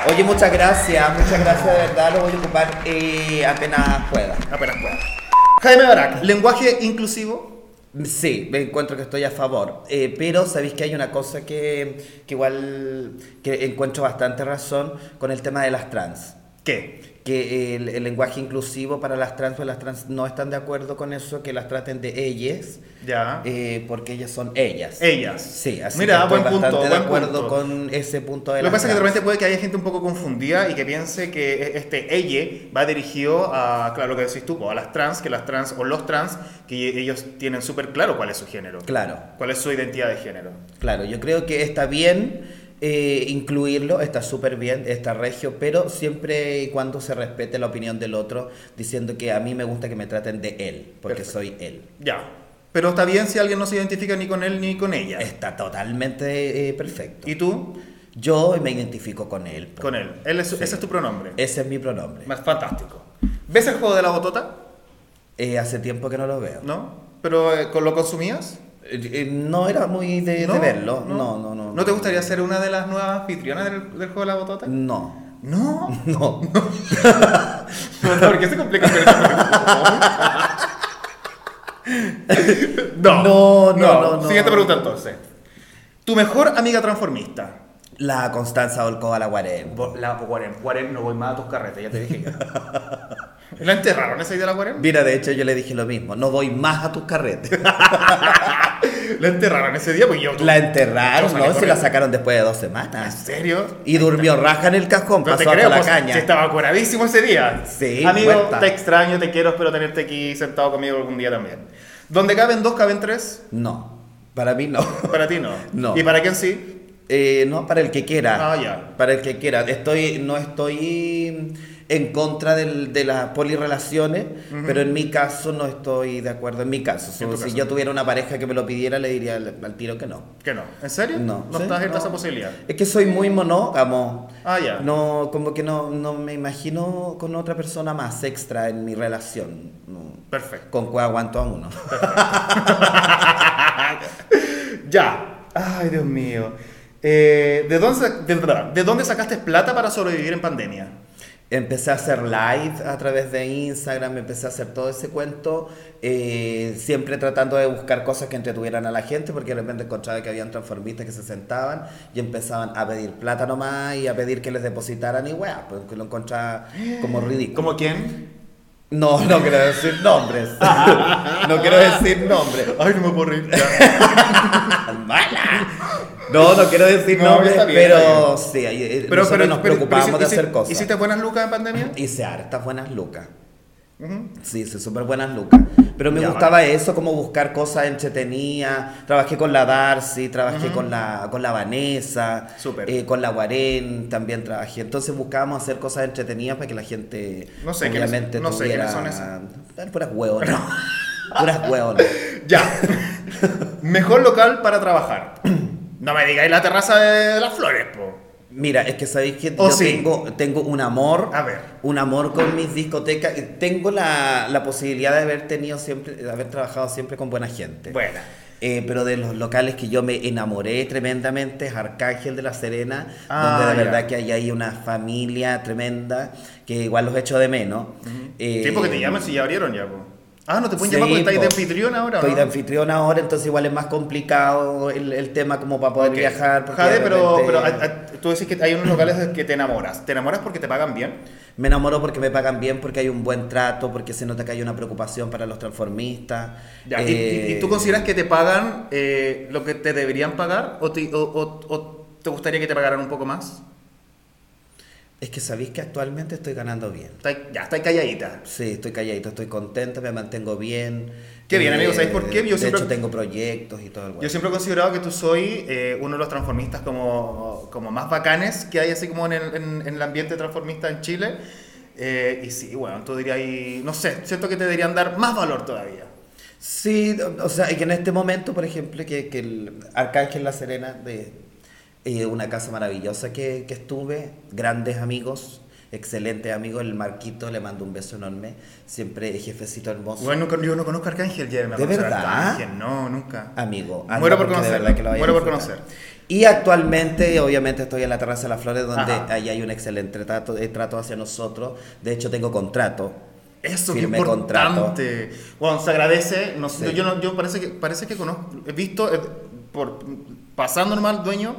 Oye, muchas gracias, muchas gracias de verdad, lo voy a ocupar eh, apenas pueda. Apenas pueda. Jaime Barak, lenguaje inclusivo, Sí, me encuentro que estoy a favor. Eh, pero sabéis que hay una cosa que, que igual que encuentro bastante razón con el tema de las trans. ¿Qué? Que el, el lenguaje inclusivo para las trans, pues las trans no están de acuerdo con eso, que las traten de ellas, Ya. eh, porque ellas son ellas. Ellas. Sí, así Eh, Mira, que estoy buen punto, bastante de buen acuerdo punto. con ese punto de Lo las que pasa es que de trans. repente puede que haya gente un poco confundida y que piense que este ella va dirigido a, claro, lo que decís tú, po, a las trans, que las trans o los trans, que e, ellos tienen súper claro cuál es su género. Claro. ¿Cuál es su identidad de género? Claro, yo creo que está bien eh, incluirlo, está súper bien, está regio, pero siempre y cuando se respete la opinión del otro, diciendo que a mí me gusta que me traten de él, porque Perfecto. soy él. Ya. Pero está bien si alguien no se identifica ni con él ni con ella. Está totalmente eh, perfecto. ¿Y tú? Yo me identifico con él. po. Con él. Él es- Ese es tu pronombre. Ese es mi pronombre. Más fantástico. ¿Ves el juego de la botota? Eh, hace tiempo que no lo veo. ¿No? ¿Pero eh, con lo consumías? Eh, eh, no era muy de, de verlo. No, no, no. ¿No te gustaría ser una de las nuevas anfitrionas del, del juego de la botota? No, No. no. No, ¿Por qué se complica con eso? no. No, no, no, no. Siguiente pregunta entonces. Tu mejor amiga transformista. La Constanza Olcova la Guarem. La Guarem. Guarem, no voy más a tus carretes, ya te dije. ¿La enterraron esa idea de la Guarem? Mira, de hecho yo le dije lo mismo. No voy más a tus carretes. La enterraron ese día, pues yo. La Yo enterraron, salí ¿no? Se la corriendo. sacaron después de dos ¿En semanas. serio? Y durmió raja en el cajón, No te pasó hasta creo, la pues, caña. si estaba curadísimo ese día. Sí, Amigo, muerta. te extraño, te quiero, espero tenerte aquí sentado conmigo algún día también. Donde caben dos, caben tres. No, para mí no. Para ti no. No. ¿Y para quién sí? Eh, no, para el que quiera. Ah, ya. Para el que quiera. Estoy, no estoy en contra del- de las polirrelaciones, pero en mi caso no estoy de acuerdo. En mi caso, En tu si caso. yo tuviera una pareja que me lo pidiera, le diría al, al tiro que no. Que no. ¿En serio? No. No Sí, estás abierta a no. esa posibilidad. Es que soy muy monógamo. Ah, ya. No, como que no, no me imagino con otra persona más extra en mi relación. No. Perfecto. Con cuál aguanto a uno. Ya. Ay, Dios mío. Eh, ¿de, dónde, sa- de, de dónde sacaste plata para sobrevivir en pandemia? Empecé a hacer live a través de Instagram, empecé a hacer todo ese cuento, eh, siempre tratando de buscar cosas que entretuvieran a la gente, porque de repente encontraba que habían transformistas que se sentaban y empezaban a pedir plata nomás y a pedir que les depositaran y weá, porque lo encontraba como ridículo. ¿Como quién? No, no quiero decir nombres. no quiero decir nombres. Ay, no me puedo reír. Ya. ¡Mala! No, no quiero decir No, nombres, está bien, pero sí, eh, Pero, nosotros pero, nos pero- preocupábamos pero de hici- hacer hici- cosas. ¿Hiciste buenas lucas en pandemia? Hice hartas buenas lucas. Ujú. Sí, sí, súper buenas lucas. Pero me Ya, gustaba eso, como buscar cosas entretenidas. Trabajé con la Darcy, trabajé con, la, con la Vanessa, Súper. eh, con la Guarén también trabajé. Entonces buscábamos hacer cosas entretenidas para que la gente No sé quiénes- obviamente no sé tuviera... quiénes son esas. Ah, Puras hueonas. Puras hueonas. Ya. Mejor local para trabajar. No me digáis la terraza de las flores, po. Mira, es que sabéis que Oh, yo sí. tengo, tengo un amor, A ver. un amor con mis discotecas. Tengo la, la posibilidad de haber tenido siempre, de haber trabajado siempre con buena gente. Buena. Eh, pero de los locales que yo me enamoré tremendamente es Arcángel de la Serena, Ah, donde de ya. verdad que ahí hay una familia tremenda que igual los echo de menos. Eh, Tiempo que te llaman si ya abrieron ya, po. Ah, no te pueden Sí, llamar porque estáis de po. anfitrión ahora, ¿o Estoy no? de anfitrión ahora, entonces igual es más complicado el, el tema como para poder Ok. viajar. porque Jade, de pero, repente- pero a- a- tú decís que hay unos locales que te enamoras. ¿Te enamoras porque te pagan bien? Me enamoro porque me pagan bien, porque hay un buen trato, porque se nota que hay una preocupación para los transformistas. Ya, ¿y- Eh, y, y tú consideras que te pagan eh, lo que te deberían pagar o te, o- o- o te gustaría que te pagaran un poco más? Es que sabéis que actualmente estoy ganando bien. Estáis- ya, estáis calladita. Sí, estoy calladito, estoy contento, me mantengo bien. Eh, Qué bien, amigo, ¿sabéis por qué? Yo de siempre- hecho, tengo proyectos y todo el Yo bueno. siempre he considerado que tú soy eh, uno de los transformistas como, como más bacanes que hay así como en el, en- en el ambiente transformista en Chile. Eh, y sí, bueno, tú dirías, y- no sé, siento que te deberían dar más valor todavía. Sí, o- o sea, y que en este momento, por ejemplo, que, que el Arcángel La Serena, de eh, una casa maravillosa que, que estuve, grandes amigos, excelentes amigos, el Marquito, le mando un beso enorme, siempre jefecito hermoso. Bueno, nunca- yo no conozco a Ah, Arcángel, ya me ¿De acuerdo verdad? Arcángel, no, nunca. Amigo, anda, Muero por porque de conocerlo, verdad que lo vaya a muero por disfrutar. conocer. Y actualmente, obviamente, estoy en la Terraza de las Flores, donde Ajá. ahí hay un excelente trato, eh, trato hacia nosotros. De hecho, tengo contrato. Eso, qué Firme contrato. importante. Bueno, se agradece. No, sé, Sí. Yo, no- yo parece que parece que conozco, he visto, eh, por, pasando normal dueño,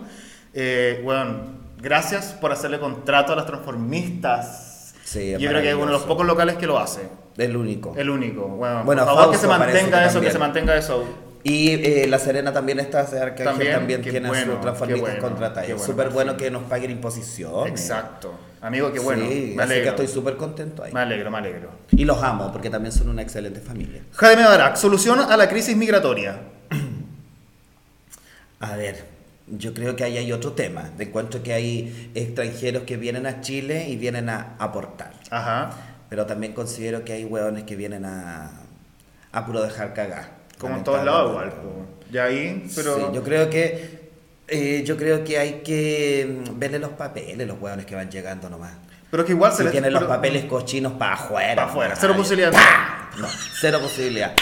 eh, bueno, gracias por hacerle contrato a las transformistas. Sí, es yo creo que es uno de los maravilloso. pocos locales que lo hace. El único. El único. Bueno, Bueno, por favor que Fausto se mantenga parece que eso, que también. se mantenga eso. Y eh, La Serena también está, Arcángel También, también, qué tiene bueno, su transformista qué bueno, contratada. qué Es bueno, súper bueno sí. que nos paguen imposiciones. Exacto. Amigo, qué bueno. Sí, me así que alegro. estoy súper contento ahí. Me alegro, me alegro. Y los amo porque también son una excelente familia. Jaime Barak, solución a la crisis migratoria. A ver, yo creo que ahí hay otro tema. De encuentro que hay extranjeros que vienen a Chile y vienen a aportar. Ajá. Pero también considero que hay hueones que vienen a, a puro dejar cagar. Como en todos lados igual. Lamentablemente. po. Y ahí, pero... Sí, yo creo que eh, yo creo que hay que mm, verle los papeles, los hueones que van llegando nomás. Ah, Pero es que igual se Si les... tienen los pero- papeles cochinos para afuera. Para afuera, nomás. cero posibilidad. ¡Pah! No, cero posibilidad.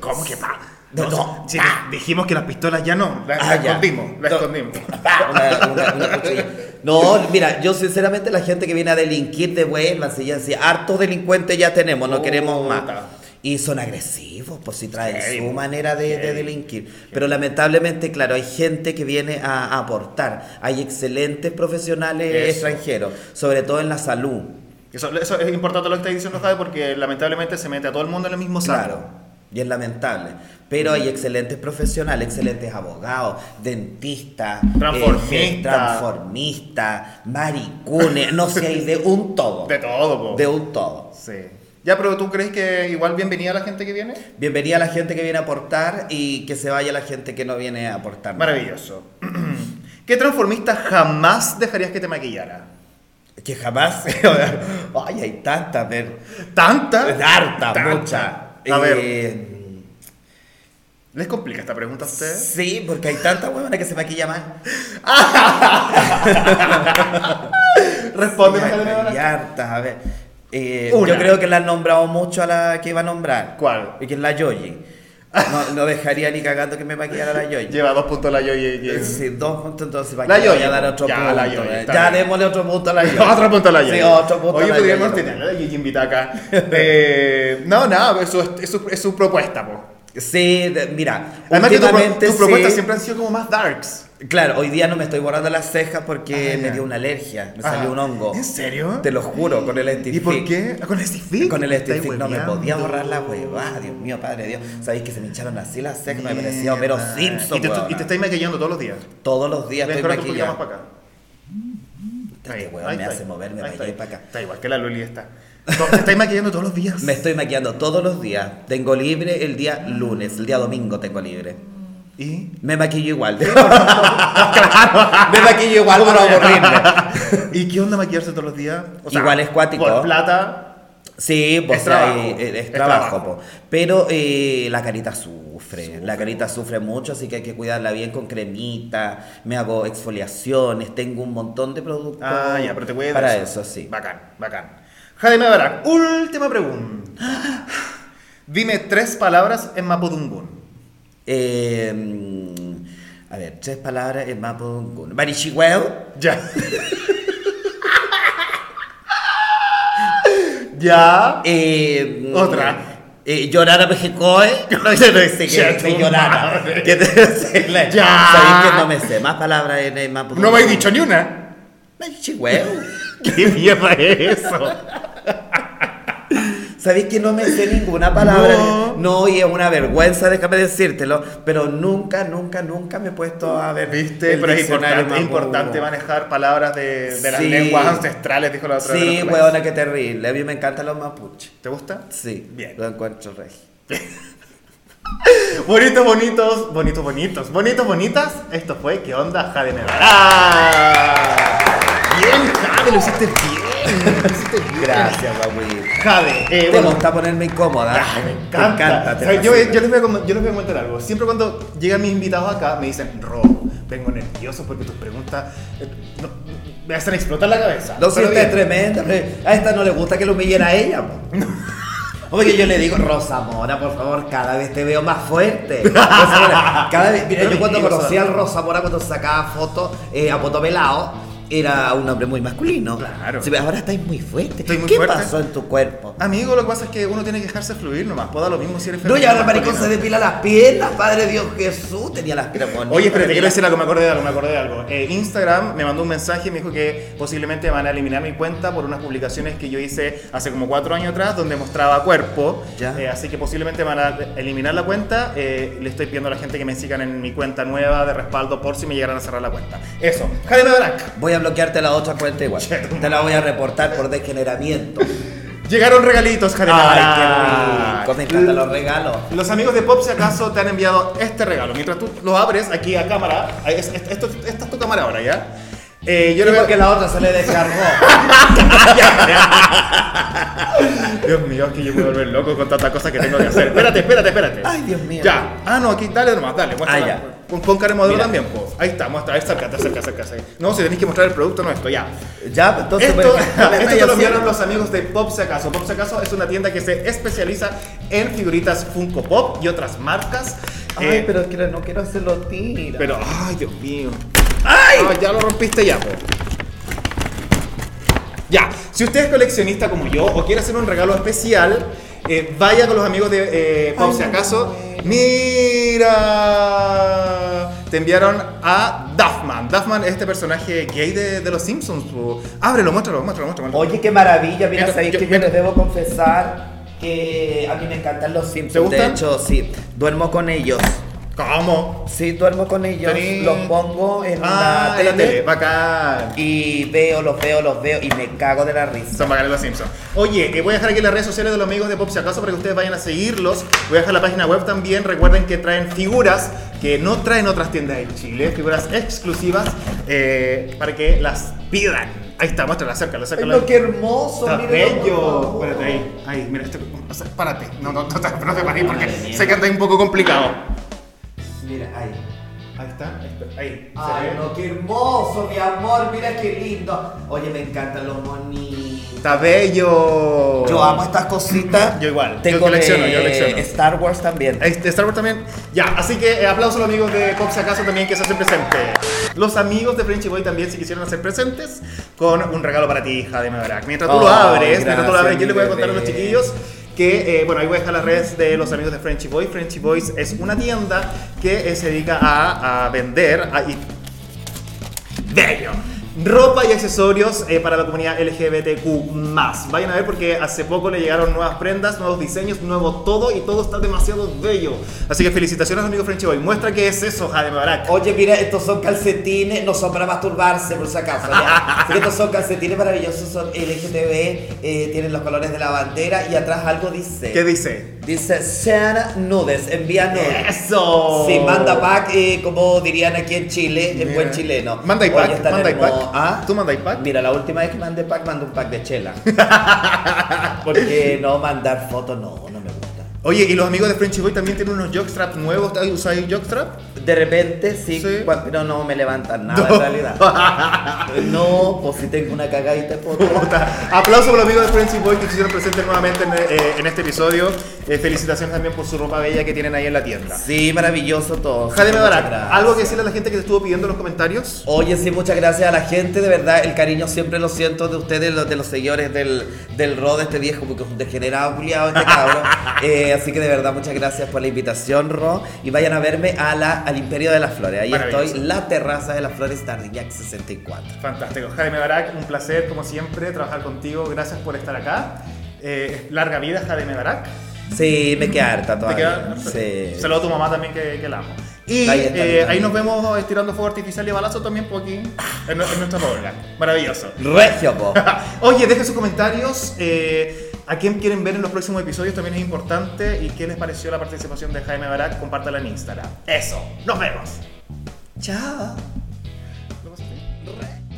¿Cómo que pa? No, No, no, sí, dijimos que las pistolas ya no, las, Ah, las ya. escondimos, las No. escondimos. Pa, una- una- una cuchilla. No, mira, yo sinceramente la gente que viene a delinquir de si ya si hartos delincuentes ya tenemos, no queremos más. Puta. Y son agresivos, pues si traen Heavy, su manera de, de heavy. delinquir. Pero lamentablemente, claro, hay gente que viene a, a aportar. Hay excelentes profesionales Eso. extranjeros, sobre todo en la salud. Eso, eso es importante lo que está diciendo Jade porque lamentablemente se mete a todo el mundo en el mismo saco. Claro. Y es lamentable. Pero hay excelentes profesionales, excelentes abogados, dentistas, Transformistas. eh, transformistas, maricunes, no sé, hay de un todo. De todo, po. De un todo. Sí. Ya, pero ¿tú crees que igual bienvenida a la gente que viene? Bienvenida a la gente que viene a aportar y que se vaya la gente que no viene a aportar. nada. Maravilloso. ¿Qué transformista jamás dejarías que te maquillara? Que jamás. Ay, hay tantas, ver. ¿Tanta? Ah. Harta, ¿Ah? Tanta. mucha. A ver. Eh, ¿Les complica esta pregunta a ustedes? Sí, porque hay tanta huevona que se maquilla más. Responde, Sí, hay- Magdalena hay Blanco. hartas, a ver. Eh, Una. yo creo que la han nombrado mucho a la que iba a nombrar. ¿Cuál? Y que es la Yoyi. No, no dejaría ni cagando que me maquillara la Yoyi. Lleva dos puntos la yo y- y- Eh, Sí, dos puntos, entonces ¿para La qué le voy Yoyi, a dar pues, otro ya, punto? la Yoyi, eh? está ya bien. démosle otro punto a la Yoyi. Otro punto a la Sí, Yoyi. otro punto Oye, pues, a la podríamos Yoyi. tener a la Yoyi invitada acá. Eh, no, nada, eso es, es su, es su propuesta, po. Sí, de- mira, Además que tu pro- últimamente tus propuestas sí- siempre han sido como más darks. Claro, hoy día no me estoy borrando las cejas porque Ah, me ya. dio una alergia, me Ah, salió un hongo. ¿En serio? Te lo juro, con el Estific. ¿Y por qué? Ah, ¿Con el Stick? Con el Estific no me podía borrar la huevada, Dios mío, padre Dios. Sabéis que se me hincharon así las cejas, me parecía Homero Simpson. Y te, huevona. y te estáis maquillando todos los días. Todos los días estoy Mejorate un poquito más maquillado. para acá. Este huevón me hace moverme ahí para allá y está. para acá. Está igual que la Luli está. No, Te estáis maquillando todos los días. Me estoy maquillando todos los días. Tengo libre el día lunes, el día domingo tengo libre. ¿Y? Me maquillo igual. Me maquillo igual para aburrirme. Ah, ¿Y qué onda maquillarse todos los días? Igual es cuático. Por plata. Sí, pues Es o sea, trabajo, eh, eh, es, es trabajo. trabajo. po. Pero eh, la carita sufre, la carita sufre mucho, así que hay que cuidarla bien con cremita, me hago exfoliaciones, tengo un montón de productos Ah, ya, pero te voy a para eso, sí. Bacán, bacán. Jaime Barak, última pregunta. Dime tres palabras en Mapudungun. Eh, mm, a ver, tres palabras en Mapudungun. Barichigüeo, Ya. ya. eh, mm, Ah. Otra. Eh, llorar a Mexicoe. No sé, no sé qué Ya, es tu llorar. madre. ¿Qué te sé, la- Ya. Sabéis que no me sé más palabras en, en Mapudungun. No me he dicho ni una. Barichigüeo. ¿Qué mierda es eso? ¿Sabéis que no me sé ninguna palabra? No. No. y es una vergüenza, déjame decírtelo. Pero nunca, nunca, nunca me he puesto a ver. Viste, el pero es diccionario importante, es más importante burro. manejar palabras de, de las Sí. lenguas ancestrales, dijo la otra vez. Sí, huevona, qué terrible. A mí me encantan los mapuches. ¿Te gusta? Sí, Bien. lo encuentro rey. Bonitos, bonitos, bonitos, bonitos, bonitos, bonitas. Esto fue ¿Qué onda, Jade Medará? Bien, Jade, lo hiciste bien. Lo hiciste bien. Gracias, babuí. Jade, eh, Te bueno, ah, gusta ponerme incómoda. me Te encanta. te ¿Sabes? yo, fascina. yo les voy a, com- yo les voy a comentar algo. Siempre cuando llegan mis invitados acá me dicen, Rob, vengo nervioso porque tus preguntas eh, no- me hacen explotar la cabeza. No, Pero si esta bien. es tremenda. pero A esta no le gusta que lo humillen a ella. po. Oye, yo le digo, Rosa Mora, por favor, cada vez te veo más fuerte. Rosa Mora, cada vez, mira, yo cuando conocí al Rosa Mora, cuando sacaba fotos eh, a Poto Pelado, era un hombre muy masculino. Claro. Sí, ahora estáis muy fuerte. Estoy muy ¿Qué fuerte. Ah, pasó en tu cuerpo? Amigo, lo que pasa es que uno tiene que dejarse fluir nomás. Pueda lo mismo si eres No, y femenino ahora o pues, el maricón se masculino. depila las piernas, padre Dios Jesús, tenía las piernas bonitas. Oye, espérate, quiero decir algo, me acordé de algo, me acordé de algo. Eh, Instagram me mandó un mensaje y me dijo que posiblemente van a eliminar mi cuenta por unas publicaciones que yo hice hace como cuatro años atrás donde mostraba cuerpo. Ya. Eh, así que posiblemente van a eliminar la cuenta. Eh, le estoy pidiendo a la gente que me sigan en mi cuenta nueva de respaldo por si me llegaran a cerrar la cuenta. Eso. Jaime Barak. Voy a bloquearte la otra cuenta igual. Te la voy a reportar por degeneramiento. Llegaron regalitos, Jaime Ay, Barak. qué rico. Me encantan los regalos. Los amigos de Pop, si acaso, te han enviado este regalo. Mientras tú lo abres aquí a cámara, ahí es- es- esto- esta es tu cámara ahora, ¿ya? Eh, Yo yo le voy a- creo que la otra se le descargó. Dios mío, es que yo me voy a volver loco con tantas cosas que tengo que hacer. Espérate, espérate, espérate. Ay, Dios mío. Ya. Ah, no, aquí, dale nomás, dale. muéstrala. Ah, ya. Pon, pon cara de modelo Mira. también, po. Ahí está, muestra, ahí está, acércate, acércate, acércate. No, si tenéis que mostrar el producto, no esto, ya. ya, entonces. Esto, pues, ¿qué me esto estáis te lo haciendo? enviaron los amigos de Pop Si Acaso. Pop Si Acaso es una tienda que se especializa en figuritas Funko Pop y otras marcas. Ay, Eh, pero quiero- no quiero hacerlo tira. pero, ay, Dios mío. ¡Ay! ya lo rompiste ya, po. Ya, si usted es coleccionista como yo o quiere hacer un regalo especial, eh, vaya con los amigos de eh, Pop, si acaso. ¡Mira! Te enviaron a Duffman. Duffman es este personaje gay de, de los Simpsons. po. Ábrelo, muéstralo, muéstralo, muéstralo. Oye, qué maravilla. Mira, Mira, sabéis yo- que yo les debo confesar que a mí me encantan los Simpsons. ¿Te gustan? De hecho, sí. Duermo con ellos. ¿Cómo? Sí, duermo con ellos. Tení- Los pongo en Ah, la en la tele. tele. Bacán. Y veo, los veo, los veo y me cago de la risa. Son bacanes los Simpsons. Oye, eh, voy a dejar aquí las redes sociales de los amigos de Pop si acaso para que ustedes vayan a seguirlos. Voy a dejar la página web también. Recuerden que traen figuras que no traen otras tiendas de Chile, figuras exclusivas eh, para que las pidan. Ahí está, muéstrala, acércala, Ay, acércala. lo que hermoso, Está mírenlo, por bello. favor. Espérate ahí, ahí, mira, esto, o sea, párate. No, no, no, te- no te pares porque sé que anda un poco complicado. Mira, ahí. Ahí está, esto, ahí. se Ay, ve. no, qué hermoso, mi amor. Mira qué lindo. Oye, me encantan los monitos. Está bello. Yo amo estas cositas. Yo igual, yo Tengo colecciono, de yo colecciono. Star Wars también. Este, Star Wars también. Ya, así que eh, aplausos a los amigos de Pop Si Acaso también que se hacen presentes. Los amigos de Frenchy Boy también se quisieron hacer presentes con un regalo para ti, hija de Maverack. Mientras tú lo Oh, abres, mientras tú lo gracias, abres, yo les voy a mi contar a los bebé. chiquillos que, eh, bueno, ahí voy a dejar las redes de los amigos de Frenchy Boy. Frenchy Boys es una tienda que eh, se dedica a, a vender a- y bello. Ropa y accesorios eh, para la comunidad LGBTQ. Vayan a ver porque hace poco le llegaron nuevas prendas, nuevos diseños, nuevo todo y todo está demasiado bello. Así que felicitaciones, amigo Frenchy Boy. Muestra que es eso, Jade Barak. Oye, mira, estos son calcetines, no son para masturbarse, por si acaso. ya. Así que estos son calcetines maravillosos, son LGTB, eh, tienen los colores de la bandera y atrás algo dice. ¿Qué dice? Dice, sean nudes, envía nudes. ¡Eso! Sí, manda pack, eh, como dirían aquí en Chile, en Mira. buen chileno. Manda y Oye, pack, están manda y pack. hermo- ¿Ah? ¿Tú manda y pack? Mira, la última vez que mandé pack, mandé un pack de chela. Porque no mandar fotos, no, no me gusta. Oye, y los amigos de Frenchy Boy también tienen unos jockstraps nuevos. ¿Usáis jockstrap? De repente sí, Sí. cua- pero no me levantan nada en realidad. No, pues si tengo una cagadita por Puta. Aplauso por los amigos de Frenchy Boy que se hicieron presentes nuevamente en, eh, en este episodio. Eh, felicitaciones también por su ropa bella que tienen ahí en la tienda. Sí, maravilloso todo. Sí, Jade muchas Mebarak, gracias. ¿algo que decirle a la gente que te estuvo pidiendo en los comentarios? Oye, sí, muchas gracias a la gente, de verdad, el cariño siempre lo siento de ustedes, los, de los seguidores del, del Rod, este viejo, porque es un degenerado, culiado, este cabrón. Eh, así que de verdad, muchas gracias por la invitación, Ro. Y vayan a verme a la, al Imperio de las Flores. Ahí Maravilloso. estoy, la terraza de las Flores, Tardillac 64. Fantástico. Jaime Barak, un placer como siempre trabajar contigo. Gracias por estar acá. Eh, larga vida, Jaime Barak. Sí, me queda harta Te todavía. queda- Sí. Saludo a tu mamá también que, que la amo. Y Ahí está, eh, ahí ahí está. nos vemos estirando fuego artificial y balazo también por aquí en, nu- en nuestra bola. Maravilloso. Regio, po. Oye, dejen sus comentarios. eh, ¿A quién quieren ver en los próximos episodios? También es importante. ¿Y qué les pareció la participación de Jaime Barak? Compártala en Instagram. Eso. Nos vemos. Chao. ¿Lo pasaste?